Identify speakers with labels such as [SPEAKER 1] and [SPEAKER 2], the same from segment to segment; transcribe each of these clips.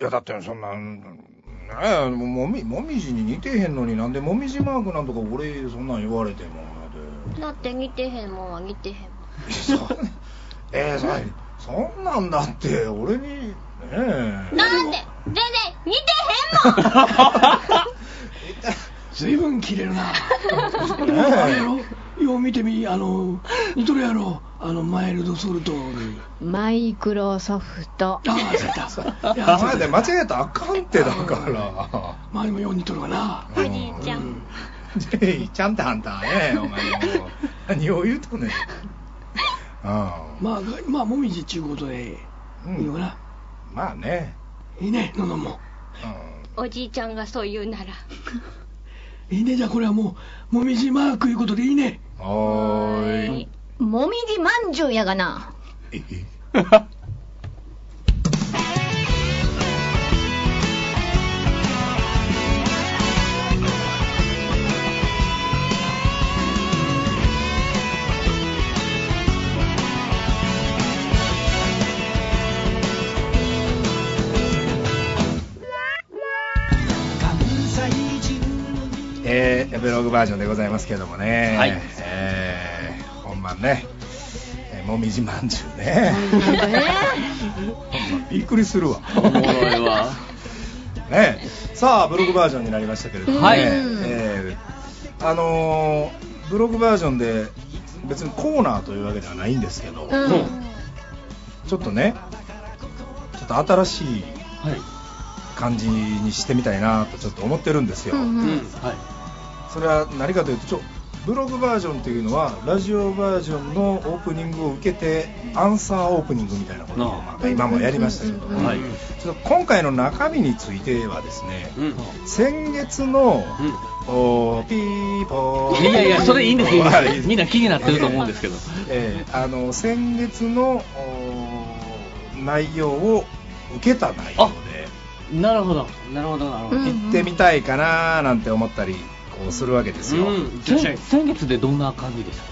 [SPEAKER 1] いや、だってそんな、ねえ、もみ、もみじに似てへんのになんでもみじマークなんとか俺、そんなん言われても、
[SPEAKER 2] んだって似てへんもんは似てへんもん
[SPEAKER 1] そえー、そそんなんだって、俺に、ねえ。
[SPEAKER 2] なんで全然似てへんもん
[SPEAKER 3] 随分切れるな
[SPEAKER 1] え
[SPEAKER 3] でもあれやろよう見てみあの似とるやろあのマイルドソルトに
[SPEAKER 4] マイクロソフト
[SPEAKER 3] ああそ うやったいや
[SPEAKER 1] 前で間違えたらあかんってだから。
[SPEAKER 3] まあでもよう似とるわな
[SPEAKER 2] おじいちゃん、
[SPEAKER 1] ジェイちゃんってあんたね、お前もう。何を言うとんねん。ああ
[SPEAKER 3] まあまあもみじっちゅうことでいいのかな、
[SPEAKER 1] まあね。
[SPEAKER 3] いいねののも
[SPEAKER 1] う
[SPEAKER 2] おじいちゃんがそう言うなら
[SPEAKER 3] いいねじゃあこれはもうもみじマークいうことでいいね
[SPEAKER 1] ん。おーい。
[SPEAKER 4] もみじまんじゅうやがな
[SPEAKER 1] えー、エブログバージョンでございますけどもね。
[SPEAKER 5] はい
[SPEAKER 1] えー、本番ね。えーもみじまんじゅう ね。びっくりするわ。
[SPEAKER 5] おもろいわ。
[SPEAKER 1] ね、さあブログバージョンになりましたけれどもね、
[SPEAKER 5] はい
[SPEAKER 1] えーあのーブログバージョンで別にコーナーというわけではないんですけど、
[SPEAKER 4] うん
[SPEAKER 1] ちょっとねちょっと新しい
[SPEAKER 5] はい。
[SPEAKER 1] 感じにしてみたいなとちょっと思ってるんですよ、
[SPEAKER 4] うん
[SPEAKER 5] う
[SPEAKER 4] うんん、
[SPEAKER 5] は
[SPEAKER 1] それは何かというとちょブログバージョンというのはラジオバージョンのオープニングを受けてアンサーオープニングみたいなことをまあ今もやりましたけど、
[SPEAKER 4] うん
[SPEAKER 5] い。はい。
[SPEAKER 1] ちょっと今回の中身についてはですね、
[SPEAKER 5] うん。
[SPEAKER 1] 先月の、
[SPEAKER 5] う
[SPEAKER 1] おーピーポー
[SPEAKER 5] いやいや、それいいんで すよ
[SPEAKER 1] はい。
[SPEAKER 5] みんな気になってると思うんですけど。
[SPEAKER 1] えーあの先月のおー内容を受けた内容で
[SPEAKER 5] なるほど。なるほど、なるほど。
[SPEAKER 1] 行ってみたいかなーなんて思ったりこうするわけですよ、
[SPEAKER 5] うん先先月でどんな感じでした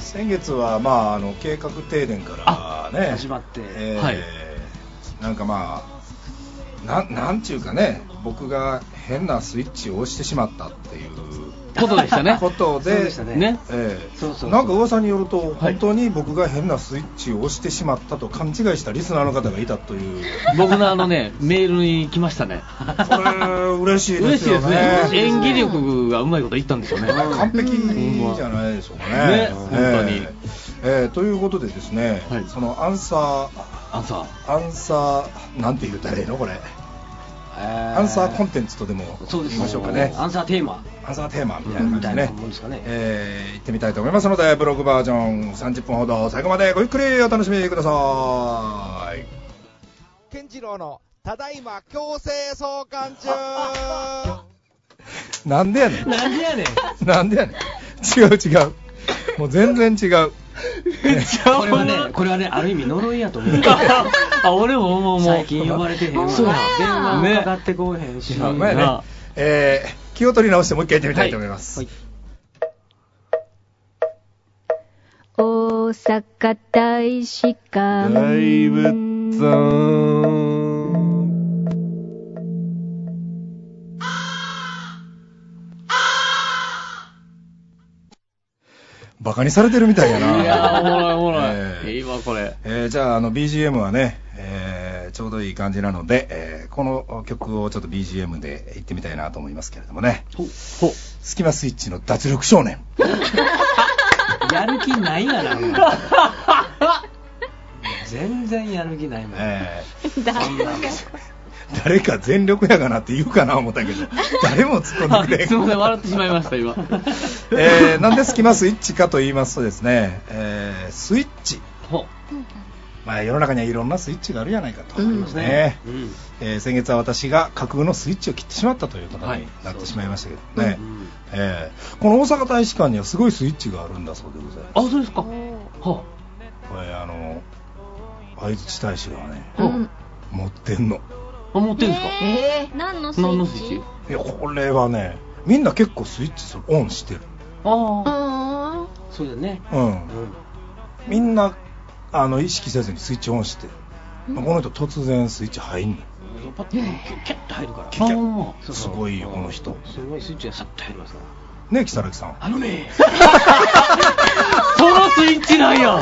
[SPEAKER 1] 先月はまああの計画停電からね
[SPEAKER 3] あ始まって
[SPEAKER 1] えー
[SPEAKER 5] はい
[SPEAKER 1] なんかまあなんなんちゅうかね僕が変なスイッチを押してしまったっていう
[SPEAKER 5] ことでしたね。
[SPEAKER 1] こと
[SPEAKER 3] そう
[SPEAKER 1] で
[SPEAKER 3] でしたね
[SPEAKER 5] ね。
[SPEAKER 1] ええ
[SPEAKER 3] そうそうそう
[SPEAKER 1] なんか噂によると、
[SPEAKER 5] い
[SPEAKER 1] 本当に僕が変なスイッチを押してしまったと勘違いしたリスナーの方がいたという、
[SPEAKER 5] 僕のあのね、メールに来ましたね。
[SPEAKER 1] これ、嬉しいで
[SPEAKER 5] 嬉し
[SPEAKER 1] す
[SPEAKER 5] い
[SPEAKER 1] よ
[SPEAKER 5] で
[SPEAKER 1] ね、
[SPEAKER 5] すね。演技力がうまいこと言ったんですよね。
[SPEAKER 1] 完璧じゃないでしょうかね、
[SPEAKER 5] ね
[SPEAKER 1] え
[SPEAKER 5] 本当に
[SPEAKER 1] ええということで、ですね、
[SPEAKER 5] はい
[SPEAKER 1] そのアンサ
[SPEAKER 5] あのさ、
[SPEAKER 1] ー、アンサー、なんて言ったらいいの、これ、ア
[SPEAKER 3] ア
[SPEAKER 1] ンサーコン
[SPEAKER 3] ト
[SPEAKER 1] テンツとでも
[SPEAKER 3] そうで
[SPEAKER 1] 言い
[SPEAKER 3] す
[SPEAKER 1] ましょうかね。
[SPEAKER 3] アンサーテーマ
[SPEAKER 1] アンサーテーマみたいな感じでね
[SPEAKER 3] うんみたいなもんですかね
[SPEAKER 1] えー行ってみたいと思いますのでブログバージョン30分ほど最後までごゆっくりお楽しみください
[SPEAKER 6] 健次郎のただいま強制送還中
[SPEAKER 1] なんでやねん
[SPEAKER 3] なんでやねん
[SPEAKER 1] なんでやねん違う違うもう全然違 う
[SPEAKER 3] これはねこれはねある意味呪いやと思 う
[SPEAKER 5] あ、俺も思う思う。
[SPEAKER 3] 最近呼ばれてへんわ
[SPEAKER 5] そうや
[SPEAKER 3] 電話も
[SPEAKER 5] ね
[SPEAKER 3] かかってこうへんし、
[SPEAKER 5] い
[SPEAKER 1] ま
[SPEAKER 5] や
[SPEAKER 1] あ前ね
[SPEAKER 5] な
[SPEAKER 1] えー気を取り直してもう一回行ってみたいと思います、
[SPEAKER 4] 大阪大使館
[SPEAKER 1] バカにされてるみたいやない
[SPEAKER 5] やー、おもろいおもろ
[SPEAKER 1] え
[SPEAKER 5] い。
[SPEAKER 1] ー
[SPEAKER 5] 今これ。
[SPEAKER 1] えーじゃああの BGM はね、えーちょうどいい感じなので、えーこの曲をちょっと BGM で行ってみたいなと思いますけれどもね
[SPEAKER 5] ほ、
[SPEAKER 1] 「
[SPEAKER 5] ほ。
[SPEAKER 1] スキマスイッチの脱力少年
[SPEAKER 3] やる気ないやな全然やる気ない」もん、
[SPEAKER 1] え ー誰か全力やかなって言うかな思ったけど誰も突っ込んでくれへん
[SPEAKER 5] あすみません、笑ってしまいました、今。
[SPEAKER 1] えーなんでスキマスイッチかと言いますとですね、えースイッチ、
[SPEAKER 5] ほ。
[SPEAKER 1] まあ、世の中にはいろんなスイッチがあるじゃないかと、
[SPEAKER 4] うん
[SPEAKER 1] ね
[SPEAKER 3] うん
[SPEAKER 1] えー先月は私が架空のスイッチを切ってしまったということ
[SPEAKER 5] はい
[SPEAKER 1] になってしまいましたけどね、えーこの大阪大使館にはすごいスイッチがあるんだそうでござい
[SPEAKER 5] あ、
[SPEAKER 1] ます
[SPEAKER 5] そうですか。ほ。
[SPEAKER 1] これあの相槌大使がね
[SPEAKER 4] うん
[SPEAKER 1] 持ってんの
[SPEAKER 5] あ、持ってるんですか
[SPEAKER 2] えー、何のスイ
[SPEAKER 5] 何の
[SPEAKER 2] ッ
[SPEAKER 5] スイッ
[SPEAKER 2] チ
[SPEAKER 5] チ
[SPEAKER 1] いやこれはねみんな結構スイッチそれオンしてる
[SPEAKER 5] ああ。
[SPEAKER 4] あ
[SPEAKER 3] そうだね、
[SPEAKER 1] うん
[SPEAKER 3] うん、
[SPEAKER 1] みんなあの意識せずにスイッチオンして、この人突然スイッチ入んの
[SPEAKER 3] えとパッとキュッキャッと入るから
[SPEAKER 1] キュッキャッ
[SPEAKER 5] あーそう
[SPEAKER 1] す
[SPEAKER 5] そう
[SPEAKER 1] ごいよこの人
[SPEAKER 3] すごいスイッチがサッと入りますから
[SPEAKER 1] ね木更木さん
[SPEAKER 3] あのね
[SPEAKER 5] そのスイッチなんや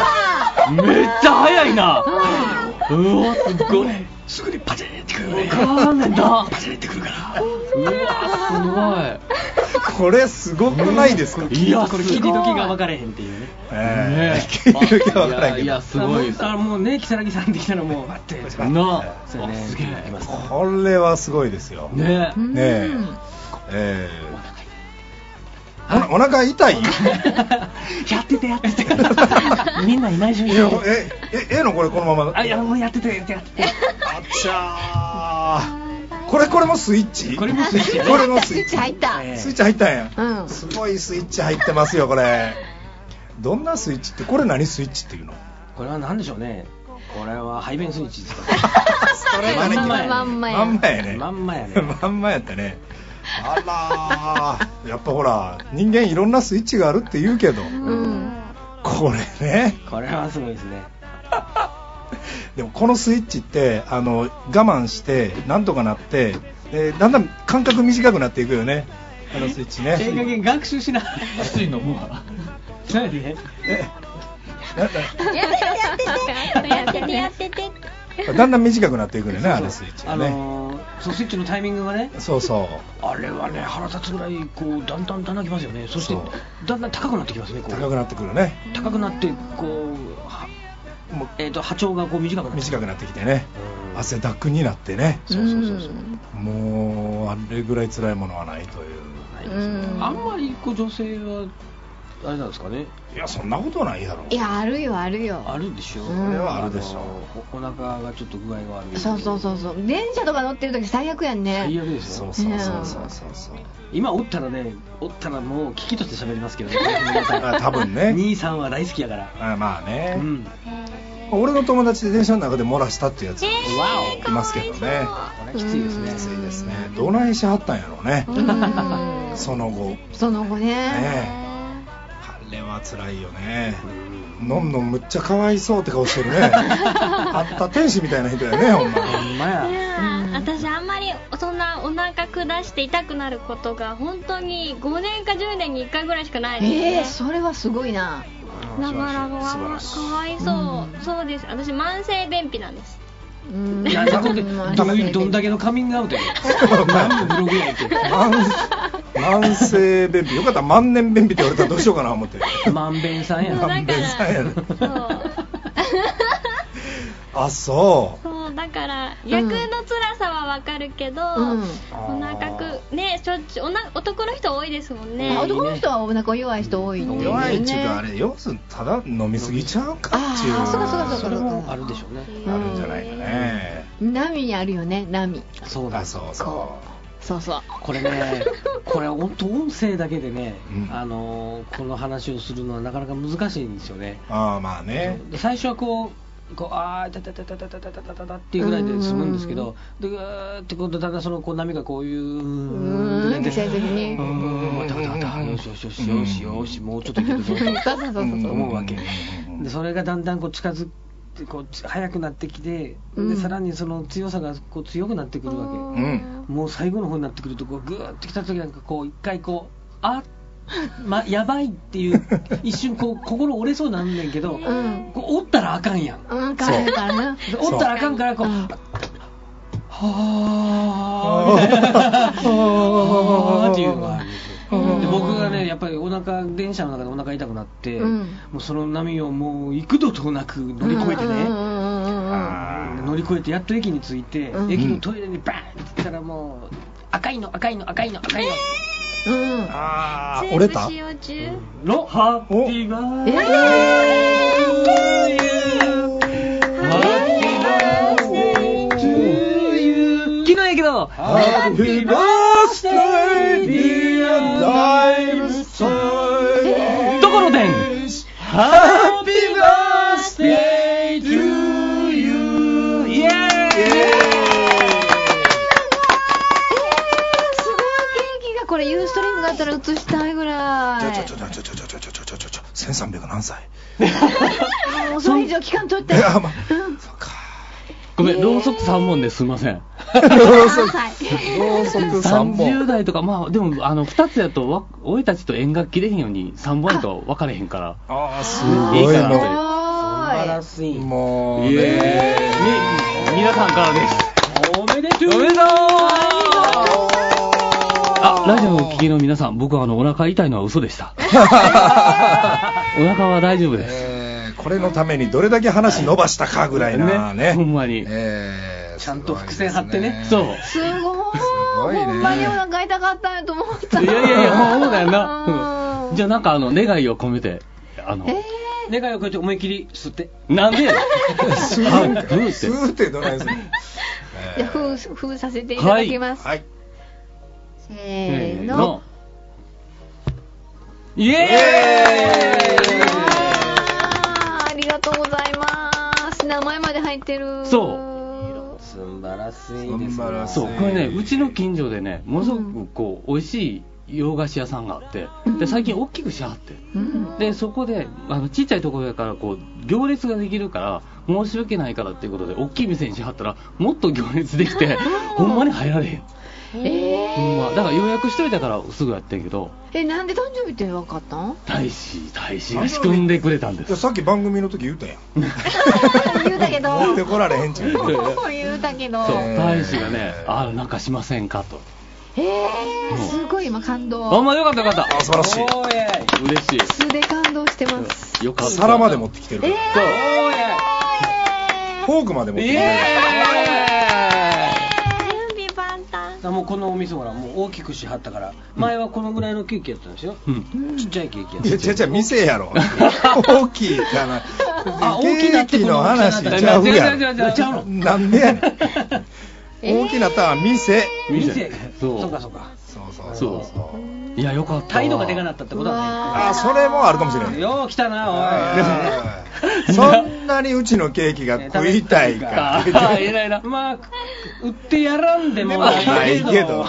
[SPEAKER 5] めっちゃ早いなうわすごい
[SPEAKER 3] すぐにパチンってくるよね
[SPEAKER 5] わかんねえな
[SPEAKER 3] パチンってくるから
[SPEAKER 5] うわ
[SPEAKER 1] これすごくないですか、
[SPEAKER 5] すごいいやこれ
[SPEAKER 3] すごい
[SPEAKER 5] 切り時が分かれへんっていうね
[SPEAKER 1] え
[SPEAKER 5] ね
[SPEAKER 1] え聞いてるか分からん
[SPEAKER 5] いや
[SPEAKER 1] け
[SPEAKER 5] いや
[SPEAKER 1] ど
[SPEAKER 5] すごいです
[SPEAKER 3] あもうね如月さんできたらもうバッて
[SPEAKER 5] なあ
[SPEAKER 3] そうやね
[SPEAKER 5] すげえ
[SPEAKER 3] 行きます
[SPEAKER 1] これはすごいですよね
[SPEAKER 5] ね
[SPEAKER 4] うん
[SPEAKER 1] えええお腹痛い
[SPEAKER 3] やっててやっててみんな今以上
[SPEAKER 1] い
[SPEAKER 3] に
[SPEAKER 1] やええええのこれこのまま
[SPEAKER 3] あいやもうやっててやってて
[SPEAKER 1] あっちゃーこれこれもスイッチ
[SPEAKER 5] これもスイッチ
[SPEAKER 1] これも
[SPEAKER 4] ス
[SPEAKER 1] スイ
[SPEAKER 4] イ
[SPEAKER 1] ッ
[SPEAKER 4] ッチ
[SPEAKER 1] チ
[SPEAKER 4] 入った。
[SPEAKER 3] え
[SPEAKER 1] スイッチ入ったんや、
[SPEAKER 4] うん
[SPEAKER 1] すごいスイッチ入ってますよこれどんなスイッチってこれ何スイッチっていうの
[SPEAKER 3] これは何でしょうねこれは排便スイッチですか
[SPEAKER 1] それ
[SPEAKER 4] ま
[SPEAKER 1] がね
[SPEAKER 4] んまや
[SPEAKER 1] ま
[SPEAKER 4] ま
[SPEAKER 1] んま
[SPEAKER 4] んま
[SPEAKER 1] や
[SPEAKER 4] や
[SPEAKER 1] ね
[SPEAKER 3] まんまやね
[SPEAKER 1] まんまやったねあらーやっぱほら人間いろんなスイッチがあるって言うけど、
[SPEAKER 4] うん。
[SPEAKER 1] これね
[SPEAKER 3] これはすごいですね
[SPEAKER 1] でもこのスイッチってあの我慢してなんとかなって、えーだんだん間隔短くなっていくよねあのスイッチね
[SPEAKER 3] ええ加減学習しな
[SPEAKER 5] 熱いのもう
[SPEAKER 3] 何で
[SPEAKER 1] えな
[SPEAKER 2] やっててやっててやってて
[SPEAKER 1] だんだん短くなっていくのよね、あれスイッチが
[SPEAKER 3] あ
[SPEAKER 1] ね。
[SPEAKER 3] のーそうスイッチのタイミングがね
[SPEAKER 1] そうそう。
[SPEAKER 3] あれはね腹立つぐらいこうだんだんだんだんきますよねそして
[SPEAKER 1] そう
[SPEAKER 3] だんだん高くなってきますねこう
[SPEAKER 1] 高くなってくるね。
[SPEAKER 3] 高くなってこうは
[SPEAKER 1] も
[SPEAKER 3] えー、と波長がこう短くなっ
[SPEAKER 1] う
[SPEAKER 3] て
[SPEAKER 1] 短くなってきてね。
[SPEAKER 3] うん
[SPEAKER 1] 汗だくになってね。
[SPEAKER 3] そうそうそうそう
[SPEAKER 1] もう、あれぐらい辛いものはないという。
[SPEAKER 3] ない
[SPEAKER 4] うん
[SPEAKER 3] ですねあんまりこう女性はあれなんですかね
[SPEAKER 1] いや、そんなことないやろ。
[SPEAKER 4] いや、あるよ、あるよ。
[SPEAKER 3] あるでしょ
[SPEAKER 4] うんそれ
[SPEAKER 1] はあるでしょ
[SPEAKER 3] おお腹がちょっと具合が悪い
[SPEAKER 4] そうそうそうそう。電車とか乗ってる時最悪やんね。
[SPEAKER 3] 最悪です
[SPEAKER 1] そ
[SPEAKER 3] よ
[SPEAKER 1] うそうそうそうそうそう。
[SPEAKER 3] 今おったらねおったらもう聞き取って喋りますけど ね
[SPEAKER 1] あ多分 ね。
[SPEAKER 3] 兄さんは大好きやから
[SPEAKER 1] あまあね
[SPEAKER 3] う。ん
[SPEAKER 1] 俺の友達で電車の中で漏らしたっていうやつ。い
[SPEAKER 3] わ
[SPEAKER 2] えーかわいそう
[SPEAKER 1] ますけどね。
[SPEAKER 3] おこれきついですね
[SPEAKER 1] きついですね。どないしはったんやろうね。
[SPEAKER 4] うん
[SPEAKER 1] その後。ね
[SPEAKER 4] その後ね。
[SPEAKER 1] え。あれは辛いよね。のんのんむっちゃかわいそうって顔してるね あった天使みたいな人やねほんま
[SPEAKER 3] ほんまや
[SPEAKER 2] いやー私あんまりそんなお腹下して痛くなることが本当に5年か10年に1回ぐらいしかないですね
[SPEAKER 4] ええ、それはすごいな。
[SPEAKER 2] だからもうあんまかわいそう、そうです私慢性便秘なんです
[SPEAKER 4] うん
[SPEAKER 3] いやだってどうどんだけのカミングアウトやねん何のブログやねんって
[SPEAKER 1] 慢慢性便秘よかったら万年便秘って言われたらどうしようかな思って
[SPEAKER 3] まんべんさんや
[SPEAKER 2] そう
[SPEAKER 3] な
[SPEAKER 2] だ
[SPEAKER 1] 万
[SPEAKER 2] か
[SPEAKER 1] 遍さんや
[SPEAKER 2] ら
[SPEAKER 1] ね
[SPEAKER 2] そう
[SPEAKER 1] あそう
[SPEAKER 2] そうだから
[SPEAKER 4] ん
[SPEAKER 2] 役の辛さはわかるけど、
[SPEAKER 4] うん
[SPEAKER 2] お腹くねしょっちゅうおな男の人多いですもんね
[SPEAKER 4] あ男の人はお腹弱い人多いんだよね
[SPEAKER 1] 弱いっちゅうかあれ要するにただ飲みすぎちゃうかっちゅう
[SPEAKER 4] あーそうかそうかそうか
[SPEAKER 3] それもあるでしょうね
[SPEAKER 1] あるんじゃないかね
[SPEAKER 4] 波あるよね波
[SPEAKER 3] そうだ
[SPEAKER 1] あそうそ
[SPEAKER 4] そうそう
[SPEAKER 3] これね、これ本当音声だけでね、
[SPEAKER 1] うん
[SPEAKER 3] あのーこの話をするのはなかなか難しいんですよね。
[SPEAKER 1] うああまあね
[SPEAKER 3] で最初はこう、こうああ、たたたたたたたたたたっていうぐらいで済むんですけど、でぐーって今度だんだんそのこう波がこういう、う
[SPEAKER 4] うーんってしたい時に
[SPEAKER 3] うーん、わたわたわた、よしよしよしよしよし、もうちょっといけるぞ
[SPEAKER 4] そうそうそうそう
[SPEAKER 1] うん
[SPEAKER 3] と思うわけ。
[SPEAKER 1] うん
[SPEAKER 3] でそれがだんだんこう近づってこう速くなってきて、
[SPEAKER 4] う
[SPEAKER 3] で
[SPEAKER 4] ん
[SPEAKER 3] さらにその強さがこう強くなってくるわけ。
[SPEAKER 1] うん
[SPEAKER 3] もう最後の方になってくるとこうグーってきた時なんかこう一回こうあまやばいっていう 一瞬こう心折れそうなんねんけど、
[SPEAKER 4] うん
[SPEAKER 3] こう折ったらあかんやん。
[SPEAKER 4] うん変わるからな
[SPEAKER 3] で折ったらあかんからこう、
[SPEAKER 4] うん
[SPEAKER 3] は あみたいなはあっていうのがあるんですよ。で僕がねやっぱりお腹電車の中でお腹痛くなって、
[SPEAKER 4] うん
[SPEAKER 3] もうその波をもう幾度となく乗り越えてね。
[SPEAKER 4] うんうんうんうん
[SPEAKER 1] あー
[SPEAKER 3] 乗り越えてやっと駅に着いて、
[SPEAKER 4] うん
[SPEAKER 3] 駅のトイレにバーンって行ったらもう赤いの赤いの赤いの赤いの、
[SPEAKER 4] うんうん
[SPEAKER 1] あー
[SPEAKER 2] 全
[SPEAKER 1] 折
[SPEAKER 2] 部
[SPEAKER 1] れた
[SPEAKER 2] 使用中
[SPEAKER 3] のハッ
[SPEAKER 1] ピー
[SPEAKER 3] バー
[SPEAKER 4] え
[SPEAKER 3] スデー昨日やけど
[SPEAKER 1] ハッピーバースデーディアダイブスタイ
[SPEAKER 3] ところでん
[SPEAKER 1] ハッピーバースデートゥーユー
[SPEAKER 3] イエ
[SPEAKER 4] すごいケーキがこれユーストリングがあったら映したいぐら
[SPEAKER 1] ちょ
[SPEAKER 4] い
[SPEAKER 1] ちょちょちょちょちょちょちょちょちょちょ1300何歳
[SPEAKER 4] もうそれ以上期間取って
[SPEAKER 1] えあまあそうか
[SPEAKER 5] ごめんろうそく3本ですいません
[SPEAKER 1] ろうそく
[SPEAKER 2] 3歳。
[SPEAKER 1] ろうそく3
[SPEAKER 5] 30
[SPEAKER 1] 本
[SPEAKER 5] 代とか、まあ、でも、あの、2つやとわ、俺たちと円楽器でへんように、3本やと分かれへんから。
[SPEAKER 1] ああす
[SPEAKER 5] いい
[SPEAKER 1] ごい
[SPEAKER 5] から
[SPEAKER 1] な
[SPEAKER 3] 素晴ら
[SPEAKER 4] は
[SPEAKER 3] しい。
[SPEAKER 1] もう
[SPEAKER 5] イエ
[SPEAKER 1] ね
[SPEAKER 5] ーイみ皆さんからです。
[SPEAKER 3] おめでとう
[SPEAKER 5] おめでとうあ
[SPEAKER 1] あ、
[SPEAKER 5] ラジオのお聞きの皆さん、僕はあの、お腹痛いのは嘘でした。お腹は大丈夫です。
[SPEAKER 1] えーこれのためにどれだけ話伸ばしたかぐらいなね。
[SPEAKER 5] ほんまに。
[SPEAKER 1] えー
[SPEAKER 3] ちゃんと伏線張ってね
[SPEAKER 5] そう。
[SPEAKER 4] い。すごい。
[SPEAKER 1] ごいね
[SPEAKER 4] ほんまにお腹痛かったんやと思った。
[SPEAKER 5] いやいやい や、ほんまだよな。
[SPEAKER 4] うん
[SPEAKER 5] うんじゃあなんかあの、願いを込めて、あの、
[SPEAKER 4] え
[SPEAKER 3] 願いをこうやって思い切り吸って。
[SPEAKER 5] なんでやねん
[SPEAKER 1] すごい
[SPEAKER 5] あ
[SPEAKER 1] ね。
[SPEAKER 5] グー
[SPEAKER 1] す
[SPEAKER 5] って。
[SPEAKER 1] ーってどないするの
[SPEAKER 4] ー、じゃあ、封、封させていただきます。
[SPEAKER 1] はい。
[SPEAKER 4] せーの。。
[SPEAKER 5] イエーイ
[SPEAKER 4] あーありがとうございます。名前まで入ってる。
[SPEAKER 5] そう
[SPEAKER 3] 素晴らし
[SPEAKER 1] いですね素晴らしい
[SPEAKER 5] そう、これね、うちの近所でね、ものすごくこう、美味しい洋菓子屋さんがあって、で、最近大きくしはって。
[SPEAKER 4] うん。
[SPEAKER 5] で、そこで、あの、ちっちゃいところやから、こう、行列ができるから、申し訳ないからっていうことで、大きい店にしはったら、もっと行列できて、ほんまに入られへん。
[SPEAKER 4] え
[SPEAKER 5] ほんま。だから予約しといたから、すぐやってんけど、
[SPEAKER 4] ー、え、なんで誕生日って分かったん
[SPEAKER 5] 大使、大使が仕組んでくれたんで
[SPEAKER 1] いや
[SPEAKER 5] す。
[SPEAKER 1] さっき番組の時言うたやん。
[SPEAKER 4] 言うたけど。
[SPEAKER 1] 持ってこられへんちゅうねん。
[SPEAKER 4] 言うたけど。
[SPEAKER 5] そう、
[SPEAKER 1] へー
[SPEAKER 5] 大使がね、ああ、なんかしませんかと。
[SPEAKER 4] えー、すごい今感
[SPEAKER 5] あん
[SPEAKER 4] 動。
[SPEAKER 5] まよかったよかっ
[SPEAKER 1] あ、素晴らし
[SPEAKER 3] おーえ
[SPEAKER 5] た。嬉し
[SPEAKER 4] 素で感動してます。
[SPEAKER 5] い。よかっ
[SPEAKER 1] い。
[SPEAKER 5] た。
[SPEAKER 1] 皿まで持ってきてるから。
[SPEAKER 5] そう。
[SPEAKER 3] おーえ
[SPEAKER 1] フォークまで持ってきてる
[SPEAKER 2] 準備万端。
[SPEAKER 3] もうこのお店ほらもう大きくしはったから、前はこのぐらいのケーキやったんですよ、
[SPEAKER 5] うん。
[SPEAKER 3] ちっちゃいケーキや
[SPEAKER 1] い
[SPEAKER 3] った
[SPEAKER 1] や、ちゃちゃ、店や ろ。大きいじゃない。
[SPEAKER 3] あ大きいなっ
[SPEAKER 1] ケ
[SPEAKER 3] て
[SPEAKER 1] ーキの話
[SPEAKER 3] この大き
[SPEAKER 1] ちゃうや
[SPEAKER 5] 違う違う違
[SPEAKER 1] ん。
[SPEAKER 5] う違う
[SPEAKER 3] ちゃうの
[SPEAKER 1] なんでやねん。 大きなったは店。
[SPEAKER 3] 店
[SPEAKER 5] そう
[SPEAKER 3] そうかそうか
[SPEAKER 1] そうそう
[SPEAKER 5] そう
[SPEAKER 1] そう。
[SPEAKER 5] いや、よかったわ。
[SPEAKER 3] 態度がでかなったってことは
[SPEAKER 1] あ、それもあるかもしれな
[SPEAKER 3] ね
[SPEAKER 1] い。
[SPEAKER 3] よう来たなおい
[SPEAKER 1] はいそんなにうちのケーキが食いたいか。
[SPEAKER 5] あ、偉いな。
[SPEAKER 3] まあ売ってやらんでも
[SPEAKER 1] ないけど。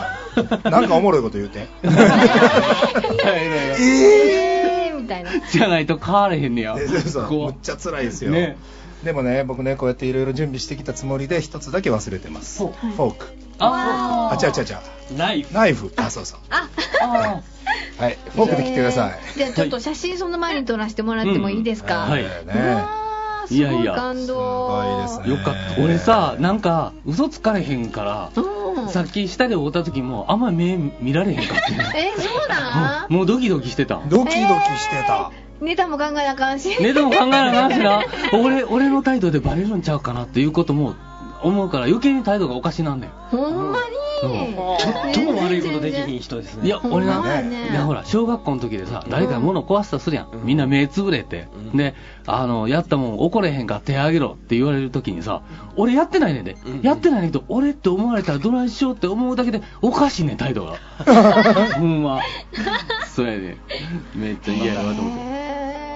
[SPEAKER 1] なんかおもろいこと言う て。ええ
[SPEAKER 4] えー、みたいな。
[SPEAKER 5] じゃないと変われへんねや。
[SPEAKER 1] ー。そうそう。む
[SPEAKER 5] こ
[SPEAKER 1] っちゃ辛いですよ。
[SPEAKER 5] ね
[SPEAKER 1] でもね、僕ね、こうやっていろいろ準備してきたつもりで、一つだけ忘れてます。
[SPEAKER 5] フ
[SPEAKER 1] フ
[SPEAKER 5] ォ
[SPEAKER 1] ォーク。
[SPEAKER 5] あ
[SPEAKER 1] あ、違う違う違う。
[SPEAKER 5] う。ない。
[SPEAKER 1] ナイフ。あ、そうそう。
[SPEAKER 3] あ
[SPEAKER 1] はい、フォークで切ってください。
[SPEAKER 4] えーじゃあちょっと写真その前に撮らせてもらってもいいですか、
[SPEAKER 5] うんはい
[SPEAKER 1] ね。
[SPEAKER 4] あー
[SPEAKER 5] いや
[SPEAKER 4] す
[SPEAKER 5] いや
[SPEAKER 4] ごい感動
[SPEAKER 1] すごいですね
[SPEAKER 5] よかった。俺さ、なんか、嘘つかれへんから、
[SPEAKER 4] うん
[SPEAKER 5] さっき下で会うた時も、あんま目見られへんかって。
[SPEAKER 4] えーそうなん
[SPEAKER 5] うんもうドキドキしてた。
[SPEAKER 1] ドキドキしてた。
[SPEAKER 4] ネタも考えなあかんし、
[SPEAKER 5] ね、でも考えなあかんしな。俺、俺の態度でバレるんちゃうかなっていうことも思うから、余計に態度がおかしなんねん。
[SPEAKER 4] ほんま
[SPEAKER 5] うん
[SPEAKER 4] に
[SPEAKER 3] あちょっとも悪いことできひん人ですね
[SPEAKER 5] いや、俺な、
[SPEAKER 4] ほんまやね
[SPEAKER 5] いやほら、小学校の時でさ、誰か物壊したとするやん。みんな目つぶれて、
[SPEAKER 3] うん
[SPEAKER 5] で、あの、やったもん怒れへんから手あげろって言われる時にさ、俺やってないねんで、
[SPEAKER 3] うん
[SPEAKER 5] やってないねんけど、俺って思われたらどないしようって思うだけで、おかしいねん、態度が。ほんま。そうやねん。めっちゃ嫌やわと思って。
[SPEAKER 4] えー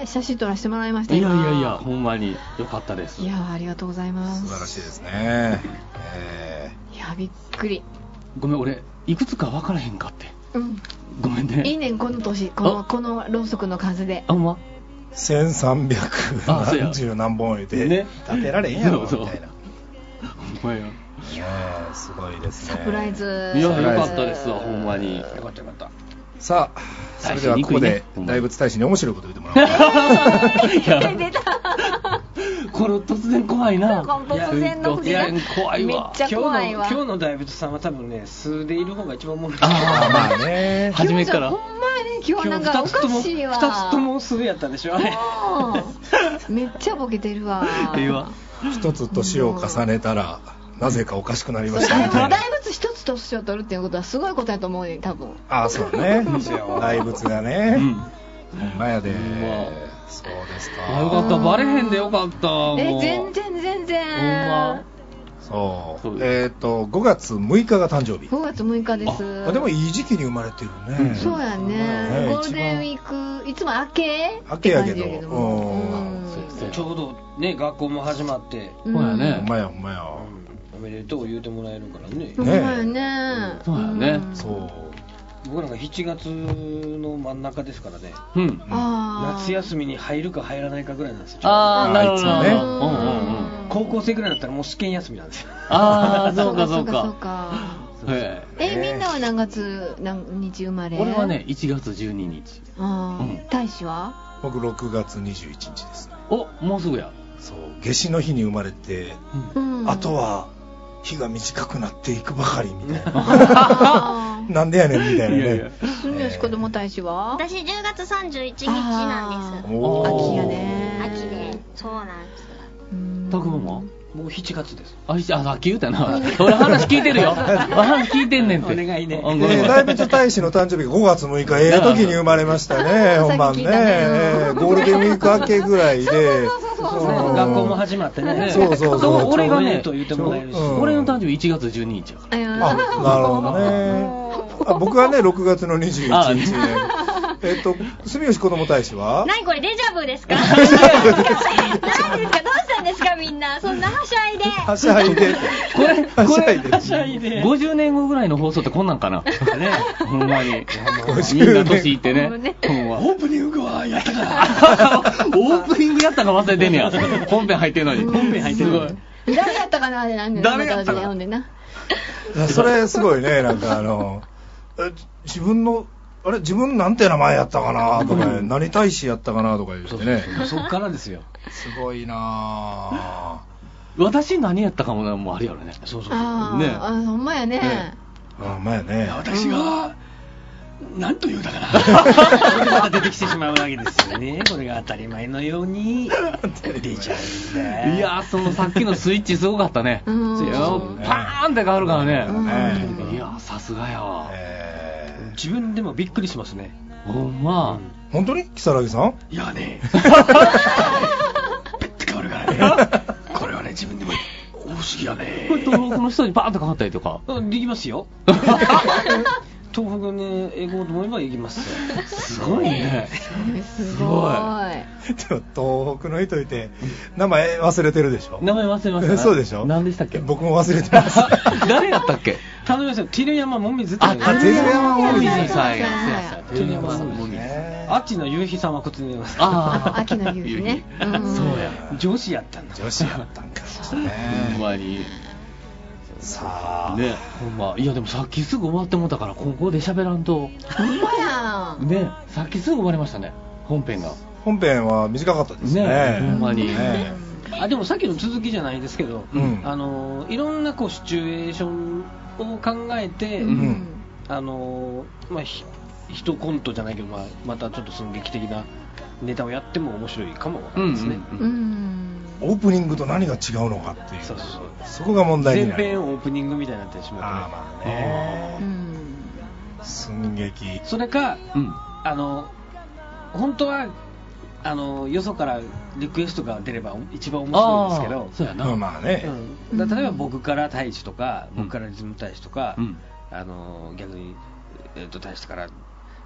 [SPEAKER 4] 写真撮らせてもらいました
[SPEAKER 5] いやいやい
[SPEAKER 4] 今
[SPEAKER 5] や、ほんまによかったです
[SPEAKER 4] い。やーありがとうございま
[SPEAKER 1] 素
[SPEAKER 4] す
[SPEAKER 1] 晴らしいですね。え
[SPEAKER 4] いやびっくり
[SPEAKER 5] ごめん、俺、いくつか分からへんかって。
[SPEAKER 4] うん
[SPEAKER 5] ごめんね。
[SPEAKER 4] いいねんこの年このこのろうそくの数で
[SPEAKER 5] あ、ほんま
[SPEAKER 1] ー、1300
[SPEAKER 5] あそうや
[SPEAKER 1] 何十何本言う
[SPEAKER 5] ね
[SPEAKER 1] て、立てられへんやろ、み
[SPEAKER 5] そうそう
[SPEAKER 1] たいな。ね
[SPEAKER 5] ほんまや。
[SPEAKER 1] えすごいですね。
[SPEAKER 4] サプライズ
[SPEAKER 5] いや、よ
[SPEAKER 1] サプライズ
[SPEAKER 5] かったですわ、ほんま に。
[SPEAKER 3] よかったよかった
[SPEAKER 1] さあ、それではここで大仏大使に面白いこと言っても らおう。
[SPEAKER 5] いや これ突然怖 いな。
[SPEAKER 4] 突然の
[SPEAKER 5] いや突然怖い
[SPEAKER 4] めっ
[SPEAKER 5] わ。
[SPEAKER 4] ちゃ
[SPEAKER 3] 今日の
[SPEAKER 4] 怖い
[SPEAKER 3] 今
[SPEAKER 4] わ
[SPEAKER 3] 日の大仏さんは多分ね素でいる方が一番おもろい
[SPEAKER 5] あ
[SPEAKER 1] あまあね。
[SPEAKER 5] 初めから
[SPEAKER 4] 今日。じゃほんまやね今日
[SPEAKER 3] 今
[SPEAKER 4] なん
[SPEAKER 3] 日
[SPEAKER 4] か
[SPEAKER 3] 二
[SPEAKER 4] お
[SPEAKER 3] つと
[SPEAKER 4] か
[SPEAKER 3] も
[SPEAKER 4] しいわ
[SPEAKER 3] 二つとも素やったでしょあれ
[SPEAKER 4] うんめっちゃボケてるわ
[SPEAKER 5] ええわ。
[SPEAKER 1] 一つ年を重ねたら、なぜかおかしくなりましたみたい
[SPEAKER 4] 大
[SPEAKER 1] な。
[SPEAKER 4] 仏一つ年を取るっていうことはすごいことやと思うね多分
[SPEAKER 1] ああ、そうね。大仏がね
[SPEAKER 5] う。ん。
[SPEAKER 1] ほんまやで
[SPEAKER 5] んま。
[SPEAKER 1] そうです
[SPEAKER 5] あよか
[SPEAKER 1] か。
[SPEAKER 5] った。バレへんでよかった。もう。
[SPEAKER 4] え全然全
[SPEAKER 5] ほんま
[SPEAKER 4] 然
[SPEAKER 1] そ
[SPEAKER 5] そう
[SPEAKER 1] う。
[SPEAKER 5] で
[SPEAKER 1] えっと、5月6日が誕生日。
[SPEAKER 4] 5月6日です
[SPEAKER 1] あでもいい時期に生まれてるね。
[SPEAKER 4] そうやねゴールデンウィークいつも明け
[SPEAKER 1] 明けやけど
[SPEAKER 4] って感じも
[SPEAKER 1] うん
[SPEAKER 4] うん
[SPEAKER 5] そう
[SPEAKER 3] ちょうどね学校も始まって、
[SPEAKER 5] そうや
[SPEAKER 1] ほ
[SPEAKER 5] ね
[SPEAKER 1] ん。まやほんまや。
[SPEAKER 3] おめでとう言うてもらえるからね
[SPEAKER 4] ほんまやね
[SPEAKER 5] そうやね
[SPEAKER 4] ん
[SPEAKER 1] そう。
[SPEAKER 3] 僕なんか7月の真ん中ですからね
[SPEAKER 5] うん。
[SPEAKER 4] あー
[SPEAKER 3] 夏休みに入るか入らないかぐらいなんですよ
[SPEAKER 5] あー、なるほ
[SPEAKER 1] あい
[SPEAKER 5] ど。
[SPEAKER 1] つもね
[SPEAKER 5] なるほどうんうんうん。
[SPEAKER 3] 高校生ぐらいだったらもう試験休みなんですよ。
[SPEAKER 5] ああ、そうかそう
[SPEAKER 4] そう
[SPEAKER 5] か。
[SPEAKER 4] かそ
[SPEAKER 5] え
[SPEAKER 4] うかえみんなは何月何日生ま
[SPEAKER 5] え
[SPEAKER 4] れ
[SPEAKER 5] 俺はね、1月12日。
[SPEAKER 4] あー
[SPEAKER 5] うん
[SPEAKER 4] 大使は
[SPEAKER 1] 僕6月21日ですね
[SPEAKER 5] おもうすぐや。
[SPEAKER 1] そう夏至の日に生まれて、
[SPEAKER 4] うん
[SPEAKER 1] あとは日が短くなっていくばかりみたいな
[SPEAKER 4] あー
[SPEAKER 1] なんでやねんみたいなね
[SPEAKER 5] いやいや
[SPEAKER 4] 住吉子供大使は
[SPEAKER 2] 私10月31日なんです
[SPEAKER 1] おー
[SPEAKER 4] 秋やね
[SPEAKER 2] 秋でそうなんです
[SPEAKER 4] うん
[SPEAKER 5] たくまも
[SPEAKER 3] もう7月です。
[SPEAKER 5] あ、ひあ、さっき言ったな。俺話聞いてるよ。話聞いてんねんって。
[SPEAKER 3] お願いね
[SPEAKER 5] あごめんごめ
[SPEAKER 1] え
[SPEAKER 5] ん
[SPEAKER 1] ー、大仏大使の誕生日が5月6日、ええ時に生まれましたね、
[SPEAKER 4] うん
[SPEAKER 1] 本番ね
[SPEAKER 4] さっき聞いたね
[SPEAKER 1] えーゴールデンウィーク明けぐらいで、
[SPEAKER 3] そう学校も始まってね。
[SPEAKER 1] そうそうそう
[SPEAKER 3] そう俺が
[SPEAKER 5] ちょうどい
[SPEAKER 3] ね
[SPEAKER 5] い、
[SPEAKER 3] と言ってもらえるし。
[SPEAKER 1] うん
[SPEAKER 5] 俺の誕生日1月12日やから。
[SPEAKER 4] あいや
[SPEAKER 1] あなるほどねあ、僕はね、6月の21日でえっと、住吉子供大使は、
[SPEAKER 2] 何これデジャブで すか何ですかどうしたんですかみんなそんなはしゃいで
[SPEAKER 1] はしゃいで、
[SPEAKER 5] これ、
[SPEAKER 1] はしゃい
[SPEAKER 5] こ
[SPEAKER 1] で
[SPEAKER 5] れ、
[SPEAKER 3] しゃいで
[SPEAKER 5] 50年後ぐらいの放送ってこんなんかな。ね、ほんまに。
[SPEAKER 1] 50
[SPEAKER 5] みんな年いってね
[SPEAKER 4] ほんまね。
[SPEAKER 5] ほんま。
[SPEAKER 3] オープニングはやったから。
[SPEAKER 5] オープニングやったか忘れてんねや。本編入ってんのに。本編入ってるのに。
[SPEAKER 4] 誰やったかなってなんで
[SPEAKER 5] 誰やったかな
[SPEAKER 4] ほんでな
[SPEAKER 1] それすごいね、なんかあの、え自分の、あれ、自分なんて名前やったかなとか、何大使やったかなとか言ってね、
[SPEAKER 3] そっからですよ。
[SPEAKER 1] すごいなぁ。
[SPEAKER 5] 私何やったかもな、もうあるやろね。そうそう
[SPEAKER 4] あ
[SPEAKER 5] ね
[SPEAKER 4] ーあほんまやね
[SPEAKER 1] あ、まあやね。
[SPEAKER 3] 私が、なんと言うだから。これが出てきてしまうわけですよね。これが当たり前のように出ちゃうんだ。
[SPEAKER 5] いやー、そのさっきのスイッチすごかったね。
[SPEAKER 4] うん
[SPEAKER 5] いやーパーンって変わるから
[SPEAKER 1] うん
[SPEAKER 5] ね。
[SPEAKER 1] ね
[SPEAKER 5] いやー、さすがやわ。
[SPEAKER 1] えー
[SPEAKER 3] 自分でもびっくりしますね。
[SPEAKER 5] ほんま。
[SPEAKER 1] 本当に如月さん
[SPEAKER 3] いやね、 ペッて変わるからね。これはね、自分でも、不思議やね
[SPEAKER 5] これ東北の人にパーンって変わったりとか。
[SPEAKER 3] できますよ。東北ね、英語と思えばできますよ。
[SPEAKER 5] すごいね。
[SPEAKER 4] す
[SPEAKER 5] ごい
[SPEAKER 4] ごい
[SPEAKER 1] でも東北の人いて名前忘れてるでしょ
[SPEAKER 5] 名前忘れました。
[SPEAKER 1] そうでしょ
[SPEAKER 5] 何でしたっけ
[SPEAKER 1] 僕も忘れてます
[SPEAKER 5] 誰やったっけ
[SPEAKER 3] 頼みますよ、ティルヤマモミズって
[SPEAKER 5] あ、
[SPEAKER 3] のがいる
[SPEAKER 1] ティルヤマ
[SPEAKER 5] もみじさ
[SPEAKER 4] さん
[SPEAKER 5] んや
[SPEAKER 4] や。
[SPEAKER 5] そうやそうや。
[SPEAKER 3] ティルヤマ
[SPEAKER 5] もみじ
[SPEAKER 1] ね
[SPEAKER 3] あっちの夕日さんはこっちにいます。
[SPEAKER 5] あー
[SPEAKER 4] 秋の夕日ね
[SPEAKER 5] 夕
[SPEAKER 4] うん
[SPEAKER 5] そうや。
[SPEAKER 3] 女子やったんだ。
[SPEAKER 1] 女子やったんかし
[SPEAKER 5] ほん
[SPEAKER 1] ね
[SPEAKER 5] まに。
[SPEAKER 1] さあ、
[SPEAKER 5] ね、ほんま。いや、でもさっきすぐ終わってもうたから、ここで喋らんと。
[SPEAKER 4] ほんまやん
[SPEAKER 5] ね、さっきすぐ終わりましたね。本編が。
[SPEAKER 1] 本編は短かったですね
[SPEAKER 5] ねほんまに
[SPEAKER 1] ね
[SPEAKER 3] あでもさっきの続きじゃないですけど、
[SPEAKER 1] うん
[SPEAKER 3] あのいろんなこうシチュエーションを考えて、
[SPEAKER 5] うん
[SPEAKER 3] あのまあひ一コントじゃないけど、まあ、またちょっと寸劇的なネタをやっても面白いかもわかんないですね、
[SPEAKER 5] うん
[SPEAKER 4] うんうん
[SPEAKER 1] オープニングと何が違うのかっていう
[SPEAKER 3] そうそうそう
[SPEAKER 1] そこが問題に
[SPEAKER 3] 前
[SPEAKER 1] なる
[SPEAKER 3] 編オープニングみたいになってし
[SPEAKER 1] ああ
[SPEAKER 3] ま
[SPEAKER 1] まあ
[SPEAKER 3] うとね、
[SPEAKER 1] ね寸劇
[SPEAKER 3] それか
[SPEAKER 5] うん。
[SPEAKER 3] あの本当はあのよそからリクエストが出れば一番面白いですけど
[SPEAKER 5] あーそうやな。
[SPEAKER 1] まあまあね、
[SPEAKER 3] うん、だから例えば僕から大使とか、
[SPEAKER 5] うん
[SPEAKER 3] 僕からリズム大使とか、
[SPEAKER 5] うん
[SPEAKER 3] あのー逆に、えー、と大使から、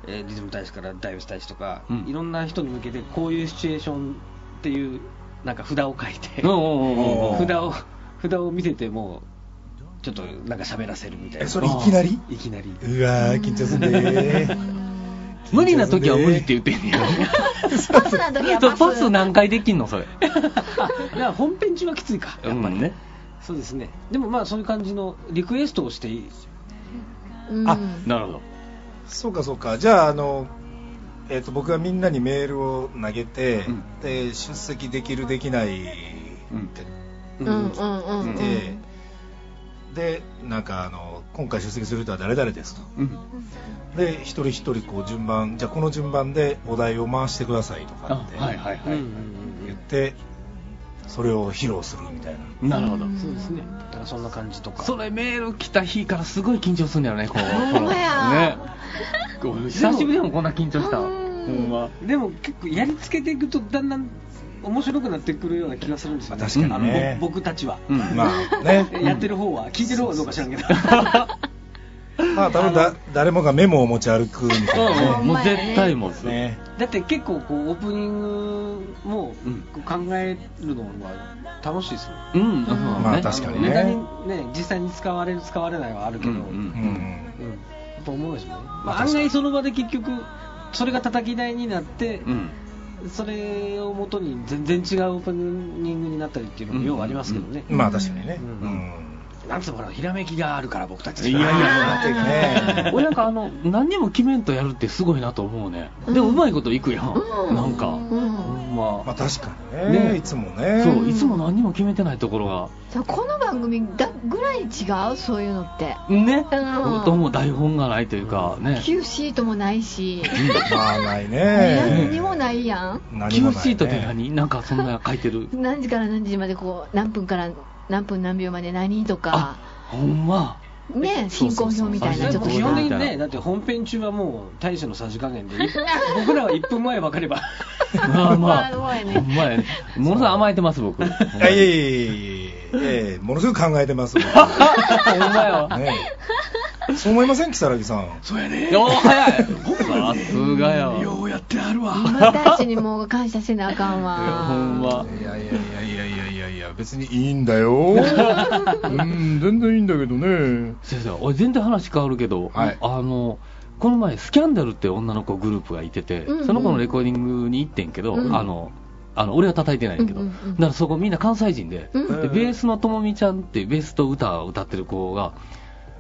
[SPEAKER 3] えーリズム大使から大使大使とか、
[SPEAKER 5] うん
[SPEAKER 3] いろんな人に向けてこういうシチュエーションっていうなんか札を書いて、
[SPEAKER 5] うんうんうんうんうん
[SPEAKER 3] 札を札を見せてもうちょっとなんか喋らせるみたい
[SPEAKER 1] え
[SPEAKER 3] な
[SPEAKER 1] それいきなり
[SPEAKER 3] いきなり
[SPEAKER 1] うわー緊張するね
[SPEAKER 5] 無理な時は無理って言って んね
[SPEAKER 4] パスな時
[SPEAKER 5] や。
[SPEAKER 4] は
[SPEAKER 5] そ
[SPEAKER 4] パ
[SPEAKER 5] うパス
[SPEAKER 4] ス
[SPEAKER 5] 何回できんのそれ。
[SPEAKER 3] あだから本編中はきついかやっぱりね、
[SPEAKER 5] うん
[SPEAKER 3] そうですねでもまあそういう感じのリクエストをしていい
[SPEAKER 4] うん
[SPEAKER 1] あ
[SPEAKER 5] なるほど。
[SPEAKER 1] そうかそうかじゃああの、えー、と僕がみんなにメールを投げて、
[SPEAKER 5] うん
[SPEAKER 1] で出席できるできないって
[SPEAKER 5] うん
[SPEAKER 4] うんうんうんうん
[SPEAKER 1] で,、でなんかあの今回出席する人は誰々ですと
[SPEAKER 5] うん。
[SPEAKER 1] で一人一人こう順番じゃあこの順番でお題を回してくださいと
[SPEAKER 5] あ、
[SPEAKER 1] かって
[SPEAKER 5] はいはいは
[SPEAKER 3] うんうん
[SPEAKER 5] い。
[SPEAKER 3] うんう
[SPEAKER 1] 言っ
[SPEAKER 3] ん
[SPEAKER 1] てそれを披露するみたいな
[SPEAKER 5] なるほど。
[SPEAKER 3] そうですねだからそんな感じとか
[SPEAKER 5] それメール来た日からすごい緊張するんだよね、こう。
[SPEAKER 4] ほんまや
[SPEAKER 5] このね。久しぶりでもこんな緊張した。ほんま。
[SPEAKER 3] でも結構やりつけていくとだんだん面白くなってくるような気がするんですよね、
[SPEAKER 1] まあ確
[SPEAKER 5] かに
[SPEAKER 1] ね
[SPEAKER 3] あのぼ僕たちは、
[SPEAKER 5] うん。
[SPEAKER 1] まあね
[SPEAKER 3] やってる方は、聞いてる方はどうか知らんけど、
[SPEAKER 1] まあ多分だ誰もがメモを持ち歩くみたいな
[SPEAKER 5] う
[SPEAKER 1] ね
[SPEAKER 5] んもう絶対もう。
[SPEAKER 1] ね
[SPEAKER 3] だって結構こう、オープニングも
[SPEAKER 5] うん
[SPEAKER 3] こう考えるのは楽しいですよ、
[SPEAKER 5] うん、そうだね。
[SPEAKER 1] まあ確かにね
[SPEAKER 3] ネタにね、実際に使われる、使われないはあるけ
[SPEAKER 5] う
[SPEAKER 3] ど、
[SPEAKER 5] んう
[SPEAKER 1] うんん
[SPEAKER 3] うんやっぱ思うしね、ま
[SPEAKER 1] まあ
[SPEAKER 3] あ、案外その場で結局、それが叩き台になって、
[SPEAKER 5] うん。
[SPEAKER 3] それをもとに全然違うオープニングになったりっていうのもようありますけどね、
[SPEAKER 1] まあ確かにね。
[SPEAKER 3] う
[SPEAKER 1] うんん。
[SPEAKER 3] なんつうのかなひらめきがあるから僕たち
[SPEAKER 5] いやいや
[SPEAKER 1] なんていうかね。
[SPEAKER 5] 俺なんかあの何にも決めんとやるってすごいなと思うねでもうまいこといくやん、なんか、ほん
[SPEAKER 1] まあ
[SPEAKER 5] ま
[SPEAKER 1] 確かにね。
[SPEAKER 5] ね
[SPEAKER 1] いつもね。
[SPEAKER 5] そういつも何にも決めてないところが
[SPEAKER 4] そうこの番組だぐらい違うそういうのって
[SPEAKER 5] ね
[SPEAKER 4] うん
[SPEAKER 5] 音も台本がないというかね
[SPEAKER 4] Q シートもないし
[SPEAKER 1] まあない
[SPEAKER 4] 何
[SPEAKER 1] ね
[SPEAKER 4] に。もないや
[SPEAKER 1] 何も
[SPEAKER 5] Q
[SPEAKER 1] ないね
[SPEAKER 5] シートって何なんかそんな書いてる
[SPEAKER 4] ん何時から何時までこう何分から何分何秒まで何とか
[SPEAKER 5] ほんま
[SPEAKER 4] ね
[SPEAKER 5] そ
[SPEAKER 4] 進
[SPEAKER 5] うそ
[SPEAKER 4] 行表
[SPEAKER 5] うそう
[SPEAKER 4] み
[SPEAKER 3] あ
[SPEAKER 4] たいなちょっと
[SPEAKER 3] 基本的に
[SPEAKER 5] みたい
[SPEAKER 3] ね
[SPEAKER 5] な
[SPEAKER 3] だって本編中はもう大将のさじ加減 で僕らは1分前分かれば
[SPEAKER 5] まあまあ
[SPEAKER 4] まあまあね
[SPEAKER 5] ほんまやねものすごい甘えてます僕ほんま
[SPEAKER 1] いやいやいやいやええものすごく考えてます。僕
[SPEAKER 5] ほんまやわ
[SPEAKER 1] ねえそう思いません、如月さん。
[SPEAKER 5] おー早いさすがやわいや
[SPEAKER 4] 今大使にもう感謝せなあかん
[SPEAKER 5] ほん
[SPEAKER 4] わ
[SPEAKER 5] ま
[SPEAKER 1] いやいやいやいやいやいやいや、別にいいんだ よ。うん、全然いいんだけどね。
[SPEAKER 5] 先生俺全然話変わるけど、
[SPEAKER 1] はい
[SPEAKER 5] あのこの前スキャンダルって女の子グループがいてて、
[SPEAKER 4] うんうん
[SPEAKER 5] その子のレコーディングに行ってんけど、
[SPEAKER 4] うん
[SPEAKER 5] あのあの俺は叩いてないんやけど、
[SPEAKER 4] うんうんうん
[SPEAKER 5] だからそこみんな関西人で,、
[SPEAKER 4] うん
[SPEAKER 5] でベースのともみちゃんっていうベースと歌を歌ってる子が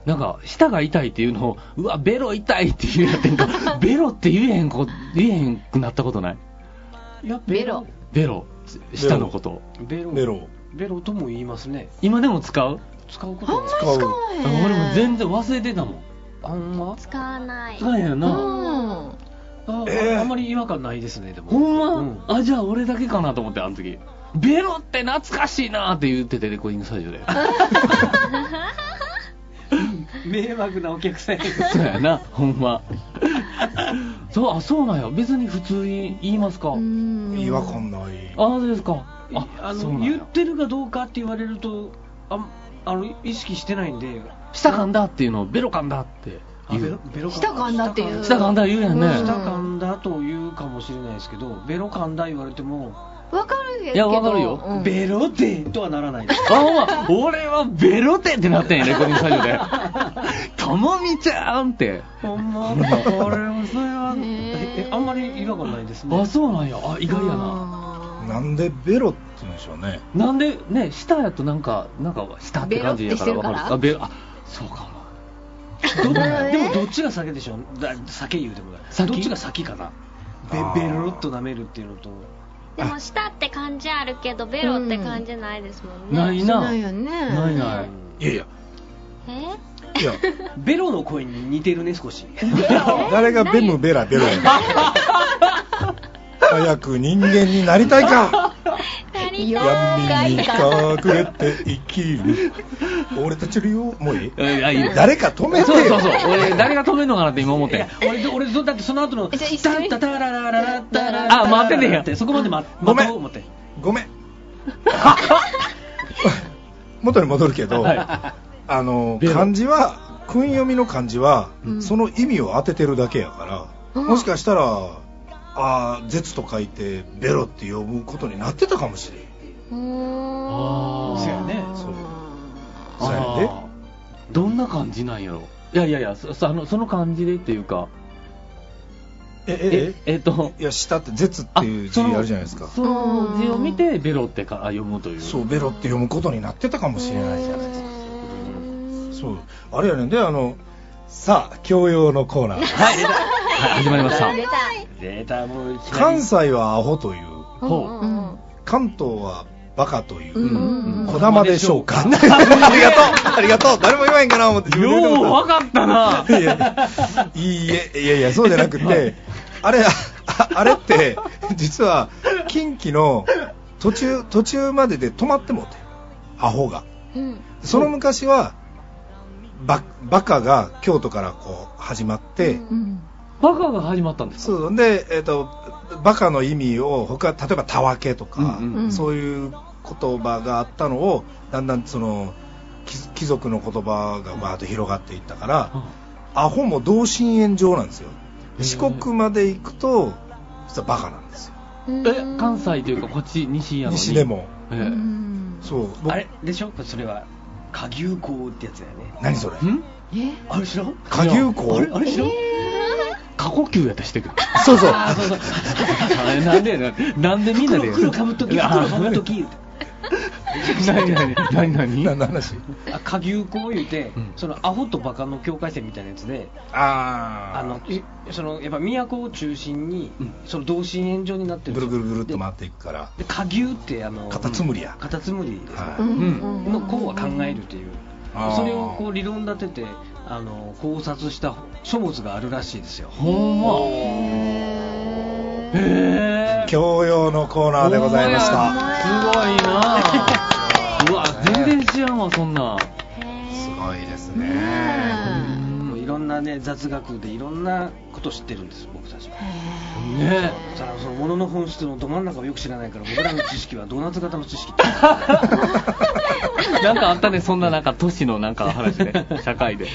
[SPEAKER 5] なんか舌が痛いっていうのをうわベロ痛いって言うやってん かベロって言えへんこ言えへんくなったことない
[SPEAKER 4] ベロ
[SPEAKER 5] ベロ舌のこと
[SPEAKER 3] ベロ
[SPEAKER 1] メロ。
[SPEAKER 3] ベロとも言いますね
[SPEAKER 5] 今でも使う、
[SPEAKER 3] 使うこ
[SPEAKER 4] あん
[SPEAKER 3] と
[SPEAKER 4] まり
[SPEAKER 3] は
[SPEAKER 4] 使わへん
[SPEAKER 5] 俺も全然忘れてたもん
[SPEAKER 3] あんま
[SPEAKER 2] 使わない
[SPEAKER 5] 使えへんよな、
[SPEAKER 4] うん
[SPEAKER 3] あ,、
[SPEAKER 1] えー
[SPEAKER 3] あんまり違和感ないですねでも
[SPEAKER 5] ほんま、
[SPEAKER 3] うん
[SPEAKER 5] あ、じゃあ俺だけかなと思って、あの時。ベロって懐かしいなって言ってて、レコーディングスタジオで。
[SPEAKER 3] 迷惑なお客さんやけど
[SPEAKER 5] そうやな、ほんま。そう、あ、そうなんや。別に普通に言いますか。
[SPEAKER 4] うん
[SPEAKER 1] 違和感ない。
[SPEAKER 5] あ、そうですか。あ
[SPEAKER 3] あ、あ
[SPEAKER 5] そう
[SPEAKER 3] の
[SPEAKER 5] なん
[SPEAKER 3] 言っ
[SPEAKER 5] や。
[SPEAKER 3] てるかどうかって言われるとあんあの意識してないんで
[SPEAKER 5] 舌噛んだっていうのをベロ噛んだって
[SPEAKER 3] あ
[SPEAKER 5] 言
[SPEAKER 3] ベロ
[SPEAKER 5] う。
[SPEAKER 3] ベロ
[SPEAKER 4] 舌噛んだっていう
[SPEAKER 5] 舌噛んだ言うやんね。
[SPEAKER 4] うん
[SPEAKER 3] 舌噛んだと言うかもしれないですけどベロ噛んだ言われても
[SPEAKER 4] わかるけど
[SPEAKER 5] いやわかるよ
[SPEAKER 4] うん
[SPEAKER 3] ベロでとはならないです
[SPEAKER 5] あ、ほんま、俺はベロってってなったんや、レコーディングスタジオで。ともみちゃんって。
[SPEAKER 3] ほんま、俺もそれは、
[SPEAKER 4] ねえ
[SPEAKER 3] えあんまり違和感ないですね。
[SPEAKER 5] あ、そうなんや。あ、意外やな。
[SPEAKER 4] あ
[SPEAKER 1] なんでベロって言うんでしょうね。
[SPEAKER 5] なんでね、舌やとなんか、なんか舌って感じやから
[SPEAKER 4] ベロってしてる
[SPEAKER 5] わ
[SPEAKER 4] か
[SPEAKER 5] かるんで
[SPEAKER 4] ら
[SPEAKER 5] すか。ベロ、あ、そうかも。
[SPEAKER 3] どでもどっちが先でしょう。だ先言うでもない。
[SPEAKER 5] 先
[SPEAKER 3] どっちが先かな。
[SPEAKER 1] あー
[SPEAKER 3] ベベロっと舐めるっていうのと。
[SPEAKER 2] でも舌って感じあるけどベロって感じないですもんね、
[SPEAKER 5] ない
[SPEAKER 4] ー
[SPEAKER 5] な。
[SPEAKER 4] ないよね
[SPEAKER 5] ないな
[SPEAKER 3] う
[SPEAKER 5] い。
[SPEAKER 3] ん
[SPEAKER 1] いやいや、
[SPEAKER 2] え
[SPEAKER 1] いや、
[SPEAKER 3] ベロの声に似てるね少し。
[SPEAKER 1] 誰がベムベラベロ やねん早く人間になりたいか
[SPEAKER 2] 足り
[SPEAKER 4] よ
[SPEAKER 1] 闇に隠れて生きる俺たちよりよもういい
[SPEAKER 5] えあいいよ
[SPEAKER 1] 誰か止めて
[SPEAKER 5] そ
[SPEAKER 1] よ
[SPEAKER 5] うそうそう。俺、誰が止めるのかなって今思ってん。
[SPEAKER 3] 俺ど俺どだってその後の。
[SPEAKER 4] じゃあ一緒に
[SPEAKER 3] タタララララタラ
[SPEAKER 5] あ待ってねや
[SPEAKER 3] そこまで待
[SPEAKER 1] ごめん
[SPEAKER 3] 待とう思って。
[SPEAKER 1] ご めん元に戻るけど、
[SPEAKER 5] は
[SPEAKER 1] あの
[SPEAKER 5] ベロ
[SPEAKER 1] 漢字は訓読みの漢字は、
[SPEAKER 4] うん
[SPEAKER 1] その意味を当ててるだけやから、
[SPEAKER 4] うん
[SPEAKER 1] もしかしたら「あー絶」と書いて「ベロ」って呼ぶことになってたかもしれん
[SPEAKER 5] あー
[SPEAKER 3] そうやね
[SPEAKER 1] そう
[SPEAKER 5] あ
[SPEAKER 1] そうやで
[SPEAKER 5] ーどんな感じなんやろ。いやいやいや、そそあのその感じでっていうか、
[SPEAKER 1] え
[SPEAKER 5] え、えっと、
[SPEAKER 1] いや下って「絶」っていう字
[SPEAKER 5] その
[SPEAKER 1] あるじゃないですか
[SPEAKER 5] その字を見て、ベロってかあ読むという。
[SPEAKER 1] そう「ベロ」って読むことになってたかもしれないじゃないですかそうあれやねんであのさあ教養のコーナー
[SPEAKER 5] はい、出たはい、始まりました。
[SPEAKER 3] データもういきなり
[SPEAKER 1] 関西はアホという
[SPEAKER 5] ほ
[SPEAKER 4] う
[SPEAKER 5] う。
[SPEAKER 4] ん
[SPEAKER 1] 関東はバカというう、
[SPEAKER 4] んうん
[SPEAKER 1] こだまでしょうかありがとうありがとう誰も言わへんかな思って自分で言う
[SPEAKER 5] よ
[SPEAKER 1] て
[SPEAKER 5] う
[SPEAKER 1] も
[SPEAKER 5] わかったな。
[SPEAKER 1] いやいいえいやいやそうじゃなくてあれああれって実は近畿の途中途中までで止まってもうてアホが
[SPEAKER 2] うん
[SPEAKER 1] その昔はババカが京都からこう始まって、
[SPEAKER 4] うん
[SPEAKER 5] バカが始まったんですか
[SPEAKER 1] そうで、えっとバカの意味を他例えば「たわけ」とか、
[SPEAKER 5] うん
[SPEAKER 4] うんうん
[SPEAKER 1] そういう言葉があったのをだんだんその貴貴族の言葉がバーッと広がっていったから、アホも同心円状なんですよ
[SPEAKER 5] へー
[SPEAKER 1] 四国まで行くと実はバカなんですよ
[SPEAKER 5] え、関西というか、こっち、西やのに。
[SPEAKER 1] 西でも
[SPEAKER 5] ええ。
[SPEAKER 4] うん
[SPEAKER 1] そう僕
[SPEAKER 3] あれでしょそれは下牛港ってやつだよね。
[SPEAKER 1] 何それ
[SPEAKER 5] ん
[SPEAKER 4] え
[SPEAKER 3] あれ知らん？
[SPEAKER 1] 下牛
[SPEAKER 5] あれ
[SPEAKER 1] 港
[SPEAKER 3] あれ知らん？
[SPEAKER 5] 下過呼吸やったりしてくる。
[SPEAKER 1] そう そう
[SPEAKER 3] あーそうそう
[SPEAKER 5] あれなんでやねんなんでみんなで。
[SPEAKER 3] 袋かぶっとき袋かぶっとき
[SPEAKER 5] 何何何何
[SPEAKER 1] 何の話
[SPEAKER 3] あ下牛行言うて、
[SPEAKER 5] うん
[SPEAKER 3] そのアホとバカの境界線みたいなやつで
[SPEAKER 1] ああ
[SPEAKER 3] あのいそのやっぱ都を中心に、
[SPEAKER 5] うん
[SPEAKER 3] その同心円状になってる
[SPEAKER 1] ぐ
[SPEAKER 3] ん
[SPEAKER 1] る
[SPEAKER 3] ですよ
[SPEAKER 1] ぐるぐるっと回っていくから
[SPEAKER 3] で下牛ってあの
[SPEAKER 1] カタツムリや
[SPEAKER 3] カタツムリですね、
[SPEAKER 1] は
[SPEAKER 4] うん
[SPEAKER 5] う
[SPEAKER 3] の項は考えるという
[SPEAKER 1] あー
[SPEAKER 3] それをこう理論立ててあの考察した書物があるらしいですよ
[SPEAKER 5] ほんま。
[SPEAKER 4] へー
[SPEAKER 5] へえ。
[SPEAKER 1] 教養のコーナーでございまし
[SPEAKER 5] ほん
[SPEAKER 1] た
[SPEAKER 5] まやすごいなうわ、全然知らんわ、そんな。
[SPEAKER 1] すごいです
[SPEAKER 4] ね
[SPEAKER 1] ね
[SPEAKER 5] うん
[SPEAKER 3] いろんなね雑学でいろんなこと知ってるんです僕たちは。
[SPEAKER 5] ね
[SPEAKER 3] さあそのものの本質のど真ん中をよく知らないから僕らの知識はドーナツ型の知識
[SPEAKER 5] なんかあったね、そんななんか都市のなんか話で、社会で。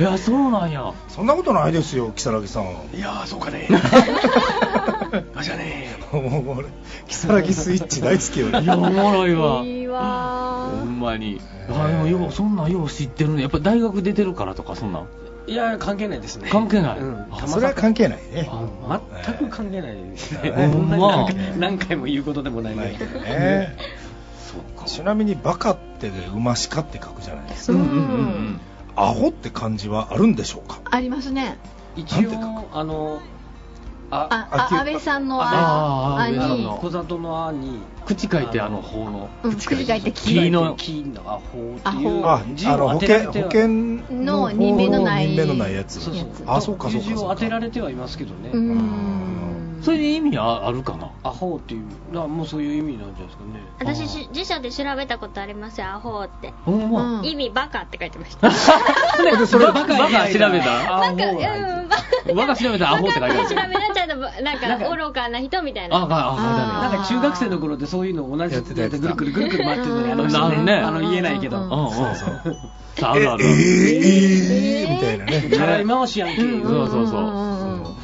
[SPEAKER 5] いや、そうなんや。
[SPEAKER 1] そんなことないですよ如月さん
[SPEAKER 3] いやーそうかね あじゃあね
[SPEAKER 1] もう俺如月スイッチ大好きよ
[SPEAKER 5] いや、 おもろいわ。
[SPEAKER 2] いいわ
[SPEAKER 5] ほんまに。
[SPEAKER 1] へー
[SPEAKER 5] あ、でもよう、そんなんよう知ってるね。やっぱ大学出てるからとか、そんなん。
[SPEAKER 3] いや関係ないですね
[SPEAKER 5] 関係ない
[SPEAKER 3] うん、
[SPEAKER 5] あ
[SPEAKER 1] それは関係ないね
[SPEAKER 5] あ
[SPEAKER 3] 全く関係ないですね、
[SPEAKER 1] ほん
[SPEAKER 5] ま
[SPEAKER 3] 何何回も言うことでもない
[SPEAKER 1] ない
[SPEAKER 3] ね
[SPEAKER 1] けどね
[SPEAKER 3] そうか
[SPEAKER 1] ちなみにバカってで馬鹿って書くじゃないですか
[SPEAKER 5] うんうんうんうん。
[SPEAKER 1] アホって漢字はあるんでしょうか
[SPEAKER 4] ありますね。
[SPEAKER 3] 一
[SPEAKER 1] なんて書
[SPEAKER 3] 応あのあ
[SPEAKER 4] あ、あ
[SPEAKER 1] あ
[SPEAKER 4] 安倍さんの
[SPEAKER 5] あ
[SPEAKER 4] あ、
[SPEAKER 5] あ
[SPEAKER 4] あに
[SPEAKER 5] 安
[SPEAKER 3] あ
[SPEAKER 5] 倍さん
[SPEAKER 3] の
[SPEAKER 5] の
[SPEAKER 3] 小里の「あ」に
[SPEAKER 5] 口書いて、あの、方の。
[SPEAKER 4] うんくじ書いて
[SPEAKER 5] 木
[SPEAKER 4] 木
[SPEAKER 5] の
[SPEAKER 3] 金のアホって
[SPEAKER 4] ア
[SPEAKER 3] いう
[SPEAKER 4] ホ
[SPEAKER 1] あ
[SPEAKER 3] 字
[SPEAKER 1] あの
[SPEAKER 3] を
[SPEAKER 1] 保
[SPEAKER 3] 当てられ
[SPEAKER 1] 険保
[SPEAKER 3] ては
[SPEAKER 1] 険
[SPEAKER 4] の任命のない
[SPEAKER 1] 任命のないやつ
[SPEAKER 3] そうそう
[SPEAKER 1] あそうかそうか
[SPEAKER 3] 字
[SPEAKER 1] そう
[SPEAKER 3] を
[SPEAKER 1] か
[SPEAKER 3] 当てられてはいますけどね、
[SPEAKER 4] うーん。
[SPEAKER 5] それで意味ああるかな
[SPEAKER 3] アホっていうのはもうそういう意味なんじゃないですかね
[SPEAKER 2] 私し自社で調べたことありますよアホって
[SPEAKER 5] ほんま。
[SPEAKER 4] うん
[SPEAKER 2] 意味バカって書いてました
[SPEAKER 5] で、それバカ
[SPEAKER 3] バカ
[SPEAKER 5] バカ調べた
[SPEAKER 3] ア ホ
[SPEAKER 2] なんか
[SPEAKER 3] な
[SPEAKER 2] うんん
[SPEAKER 3] て
[SPEAKER 2] バ
[SPEAKER 5] バカ調べたらアホって書いてあ
[SPEAKER 2] カ
[SPEAKER 5] る
[SPEAKER 2] 調。べられちゃうとなんか愚かな人みたい
[SPEAKER 5] あ、
[SPEAKER 2] な
[SPEAKER 5] あ、
[SPEAKER 3] な
[SPEAKER 5] あ、
[SPEAKER 3] んか中学生の頃ってそういうの同じ
[SPEAKER 1] やってたやって
[SPEAKER 3] ぐ
[SPEAKER 1] た
[SPEAKER 3] るぐるぐるぐる回ってるのにあの人
[SPEAKER 5] なるね
[SPEAKER 3] あの言えないけ
[SPEAKER 4] う
[SPEAKER 5] だ
[SPEAKER 3] ど
[SPEAKER 5] め。うんうん。そうそう。あるある。
[SPEAKER 1] ええーみたいなね
[SPEAKER 3] たらい回しやんけ、
[SPEAKER 5] うんそうそうそう。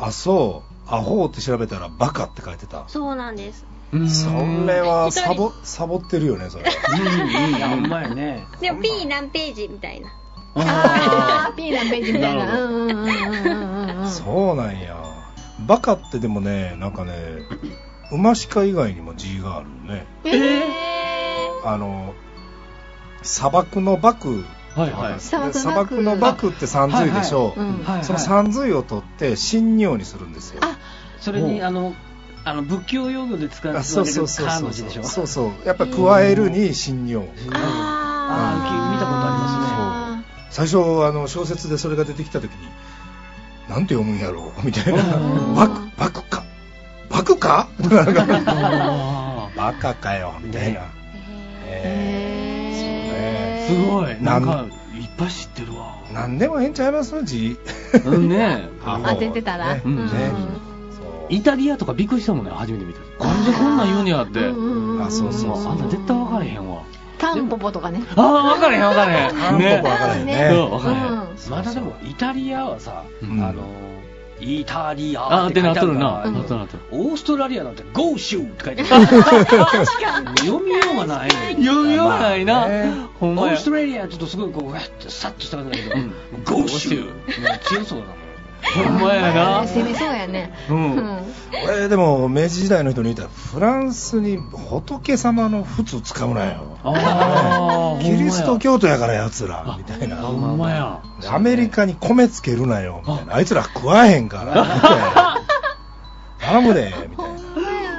[SPEAKER 1] あそうアホって調べたらバカって書いてた
[SPEAKER 2] そうなんです
[SPEAKER 5] うん
[SPEAKER 1] それ。はサボサボってるよねそれ
[SPEAKER 5] うんうん
[SPEAKER 3] いやほんまやね
[SPEAKER 2] でも P 何ページみたいな
[SPEAKER 4] ああ、ピーランページみたい
[SPEAKER 5] なる
[SPEAKER 4] な。うんうんうんうんうんうん。
[SPEAKER 1] そうなんやバカってでもねなんかね馬鹿以外にも G があるのね
[SPEAKER 4] え
[SPEAKER 1] あの砂漠の漠
[SPEAKER 5] はいはい。
[SPEAKER 4] 砂漠の漠
[SPEAKER 1] 砂漠の漠って三髄でしょ、
[SPEAKER 4] ーうん
[SPEAKER 3] はいはい
[SPEAKER 1] その三髄を取って新尿にするんですよ
[SPEAKER 4] あ
[SPEAKER 3] それにあのあの仏教用語で使われ
[SPEAKER 1] あ
[SPEAKER 3] る
[SPEAKER 1] そうそうそう
[SPEAKER 3] カー
[SPEAKER 1] そ
[SPEAKER 3] の
[SPEAKER 1] う
[SPEAKER 3] 字でしょ
[SPEAKER 1] そうそうやっぱり加えるに新尿
[SPEAKER 3] あー見たこと
[SPEAKER 1] あり最初あの小説でそれが出てきた時になんて読むんやろうみたいな
[SPEAKER 4] うん
[SPEAKER 1] バクバクかバクか なんか
[SPEAKER 5] あ
[SPEAKER 1] バカかよみたいな、
[SPEAKER 4] へえ
[SPEAKER 1] え
[SPEAKER 5] ーすごい。なん
[SPEAKER 1] な
[SPEAKER 5] か
[SPEAKER 1] ん、
[SPEAKER 5] いっぱい知ってるわ。
[SPEAKER 1] なんでもええんちゃいます字
[SPEAKER 5] うんね。
[SPEAKER 4] 当ててたら
[SPEAKER 1] ね,、
[SPEAKER 5] うん
[SPEAKER 1] ねそう
[SPEAKER 5] イタリアとかびっくりしたもんね、初めて見た。なんでこんなん言うんやって。
[SPEAKER 4] うんうんうんうん
[SPEAKER 1] あそうそう
[SPEAKER 5] もうあんた絶対分からへんわ。
[SPEAKER 4] タンポポとかね。
[SPEAKER 5] ああ、分からへん分からへん。
[SPEAKER 1] 韓国わからへんね
[SPEAKER 5] そう分からへん。
[SPEAKER 3] またでもイタリアはさ、
[SPEAKER 1] うん
[SPEAKER 3] あのイタリア
[SPEAKER 5] あー
[SPEAKER 3] っ
[SPEAKER 5] っ
[SPEAKER 3] て
[SPEAKER 5] て
[SPEAKER 3] 書
[SPEAKER 5] ないって
[SPEAKER 3] あるか
[SPEAKER 5] るな。
[SPEAKER 3] ら
[SPEAKER 5] なっとるなっとる。
[SPEAKER 3] オーストラリアなんてゴーシューって書いてある読みようがないのよ
[SPEAKER 5] 読みようない
[SPEAKER 1] ま
[SPEAKER 5] な
[SPEAKER 1] あね。
[SPEAKER 5] ほん
[SPEAKER 3] オ
[SPEAKER 5] ま
[SPEAKER 3] ー
[SPEAKER 5] や
[SPEAKER 3] ス。トラリアはちょっとすごいこううわっとさっとした感じだけど、
[SPEAKER 5] うん
[SPEAKER 3] ゴーシューもう強そうだもん
[SPEAKER 5] ほんま やな。
[SPEAKER 4] 攻めそうやね。
[SPEAKER 5] うん
[SPEAKER 1] 俺でも明治時代の人に言ったらフランスに仏様の仏使うなよ
[SPEAKER 5] あー
[SPEAKER 1] キリスト教徒やからやつ
[SPEAKER 5] あ
[SPEAKER 1] らみたい
[SPEAKER 5] ほ
[SPEAKER 1] なん
[SPEAKER 5] まや。
[SPEAKER 1] アメリカに米つけるなよみたいなあいつら食わへんからみたいな頼 むでみたいな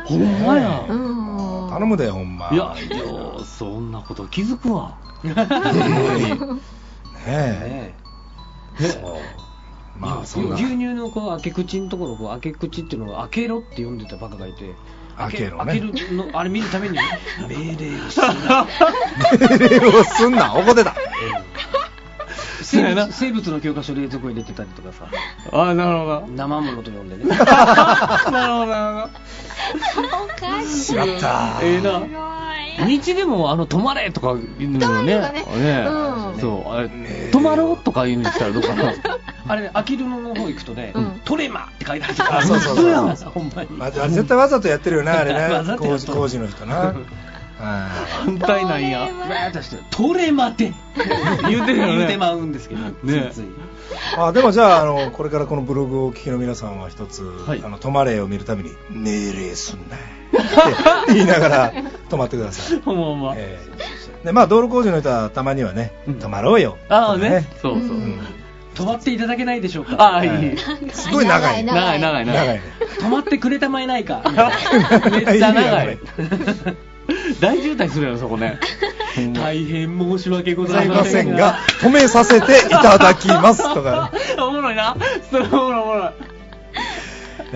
[SPEAKER 5] ほんまや。
[SPEAKER 4] うん。
[SPEAKER 1] 頼むでほんま
[SPEAKER 5] いや、ようそんなこと気づくわ。
[SPEAKER 1] ね
[SPEAKER 3] ね
[SPEAKER 1] えそうまあそんな
[SPEAKER 3] 牛乳のこう開け口のところこう開け口っていうのを開けろって読んでたバカがいて
[SPEAKER 1] 開けろ
[SPEAKER 3] 開
[SPEAKER 1] ね
[SPEAKER 3] けるのあれ見るために 命令をする
[SPEAKER 1] 命令 をすんな怒ってた
[SPEAKER 5] そうや
[SPEAKER 3] 生
[SPEAKER 5] な
[SPEAKER 3] 物生物の教科書冷蔵庫入れてたりとかさ
[SPEAKER 5] あ、なるほど。
[SPEAKER 3] 生物と読んで ね
[SPEAKER 5] なるほど、なるほ
[SPEAKER 2] おかしいす
[SPEAKER 1] やった
[SPEAKER 5] ど。ええ
[SPEAKER 2] ごい
[SPEAKER 5] な。道でも、あの、止まれとか言うのね。
[SPEAKER 4] 止まれとかねうん
[SPEAKER 5] そう、あれ、
[SPEAKER 1] ね
[SPEAKER 5] 止まろうとか言うのにしたらどうか な。
[SPEAKER 3] あれね開けるのの方行くとね、
[SPEAKER 4] ん
[SPEAKER 3] トレマって書いてあるから
[SPEAKER 1] あそうそうそう
[SPEAKER 3] 嘘やんほんまに
[SPEAKER 1] ああれ絶対わざとやってるよなあれ
[SPEAKER 3] わ
[SPEAKER 1] な
[SPEAKER 3] ざとや
[SPEAKER 1] 工
[SPEAKER 3] っ
[SPEAKER 1] 事
[SPEAKER 3] とる
[SPEAKER 1] 工事の人なは
[SPEAKER 5] 反対なんや
[SPEAKER 2] これ
[SPEAKER 3] わ
[SPEAKER 2] は
[SPEAKER 3] ーっとしてトレマテ
[SPEAKER 5] 言うてるよね
[SPEAKER 3] 言うてまうんですけど、
[SPEAKER 5] ね
[SPEAKER 3] ついつい
[SPEAKER 1] い、あでもじゃああのこれからこのブログをお聞きの皆さんは一つ「
[SPEAKER 5] はい
[SPEAKER 1] あの泊まれ」を見るために「命令すんな」って言いながら泊まってくだ さい、
[SPEAKER 5] ほんまほんま。
[SPEAKER 1] ええでまあ道路工事の人はたまにはね
[SPEAKER 5] うん
[SPEAKER 1] 「泊まろうよ」
[SPEAKER 5] ああ
[SPEAKER 1] とか
[SPEAKER 5] ね。そうそう。
[SPEAKER 1] うん
[SPEAKER 3] 止まっていただけないでしょうか
[SPEAKER 5] ああ、
[SPEAKER 1] はいい
[SPEAKER 5] い。
[SPEAKER 1] すごい長い
[SPEAKER 5] 長い長い
[SPEAKER 1] 長
[SPEAKER 5] 長
[SPEAKER 1] い
[SPEAKER 5] い
[SPEAKER 1] ね。
[SPEAKER 3] 止まってくれたまえないか
[SPEAKER 5] めっちゃ長
[SPEAKER 1] いい
[SPEAKER 5] い
[SPEAKER 1] ね。
[SPEAKER 5] 大渋滞するよ、そこね。
[SPEAKER 3] 大変申し訳ご
[SPEAKER 1] ご
[SPEAKER 3] ざ
[SPEAKER 1] ざ
[SPEAKER 3] い
[SPEAKER 1] い
[SPEAKER 3] ま
[SPEAKER 1] ま
[SPEAKER 3] せ
[SPEAKER 1] せ
[SPEAKER 3] ん
[SPEAKER 1] ん
[SPEAKER 3] が
[SPEAKER 1] が、止めさせていただき ますとか、
[SPEAKER 5] おもろいな。それおもろいおもろい。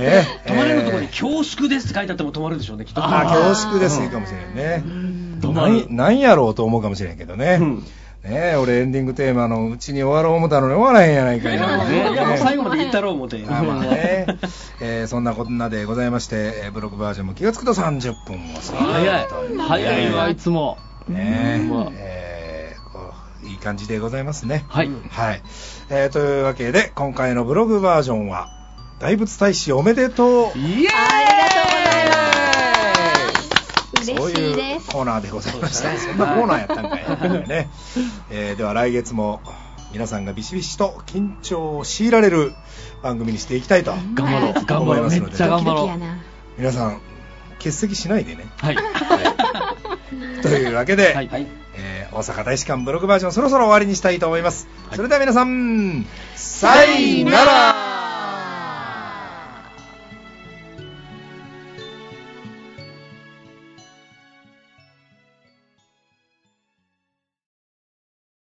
[SPEAKER 1] ね。
[SPEAKER 3] 止まれるところに
[SPEAKER 1] ええ
[SPEAKER 3] 恐縮ですって書いてあっても止まるでしょうねきっと
[SPEAKER 1] あ
[SPEAKER 5] あ
[SPEAKER 1] 恐縮ですいいかもしれないね。
[SPEAKER 5] 止
[SPEAKER 1] な
[SPEAKER 5] まる
[SPEAKER 1] んなんやろうと思うかもしれんけどね。
[SPEAKER 5] うん
[SPEAKER 1] ねえ俺エンディングテーマのうちに終わろう思ったのに終わらへんやないかいな。
[SPEAKER 5] ね
[SPEAKER 3] いやもう
[SPEAKER 1] ね
[SPEAKER 3] 最後まで言ったろう思て、
[SPEAKER 1] まあまあねえーそんなこんなでございまして、えーブログバージョンも気がつくと30分もさ
[SPEAKER 5] 早い。早いわ、いつも。
[SPEAKER 1] ね
[SPEAKER 5] うんまあ
[SPEAKER 1] えーこういい感じでございますね。
[SPEAKER 5] はい。
[SPEAKER 1] はい、えーというわけで今回のブログバージョンは「大仏大使おめでとう」
[SPEAKER 5] イエーイ
[SPEAKER 1] そう
[SPEAKER 2] 嬉しい
[SPEAKER 1] い
[SPEAKER 2] で
[SPEAKER 1] う
[SPEAKER 2] す
[SPEAKER 1] コーナーでございましたそ,、んなコーナーやったんかい、ねえーでは来月も皆さんがビシビシと緊張を強いられる番組にしていきたいと
[SPEAKER 5] 頑張ろう、頑張ろう、めっちゃ頑張ろ
[SPEAKER 4] ドキドキや
[SPEAKER 5] う。
[SPEAKER 4] な
[SPEAKER 1] 皆さん欠席しないでね
[SPEAKER 5] はい。
[SPEAKER 1] というわけで、
[SPEAKER 5] はい。はい
[SPEAKER 1] えー大阪大使館ブログバージョンそろそろ終わりにしたいと思います、それでは皆さんさ
[SPEAKER 5] いなら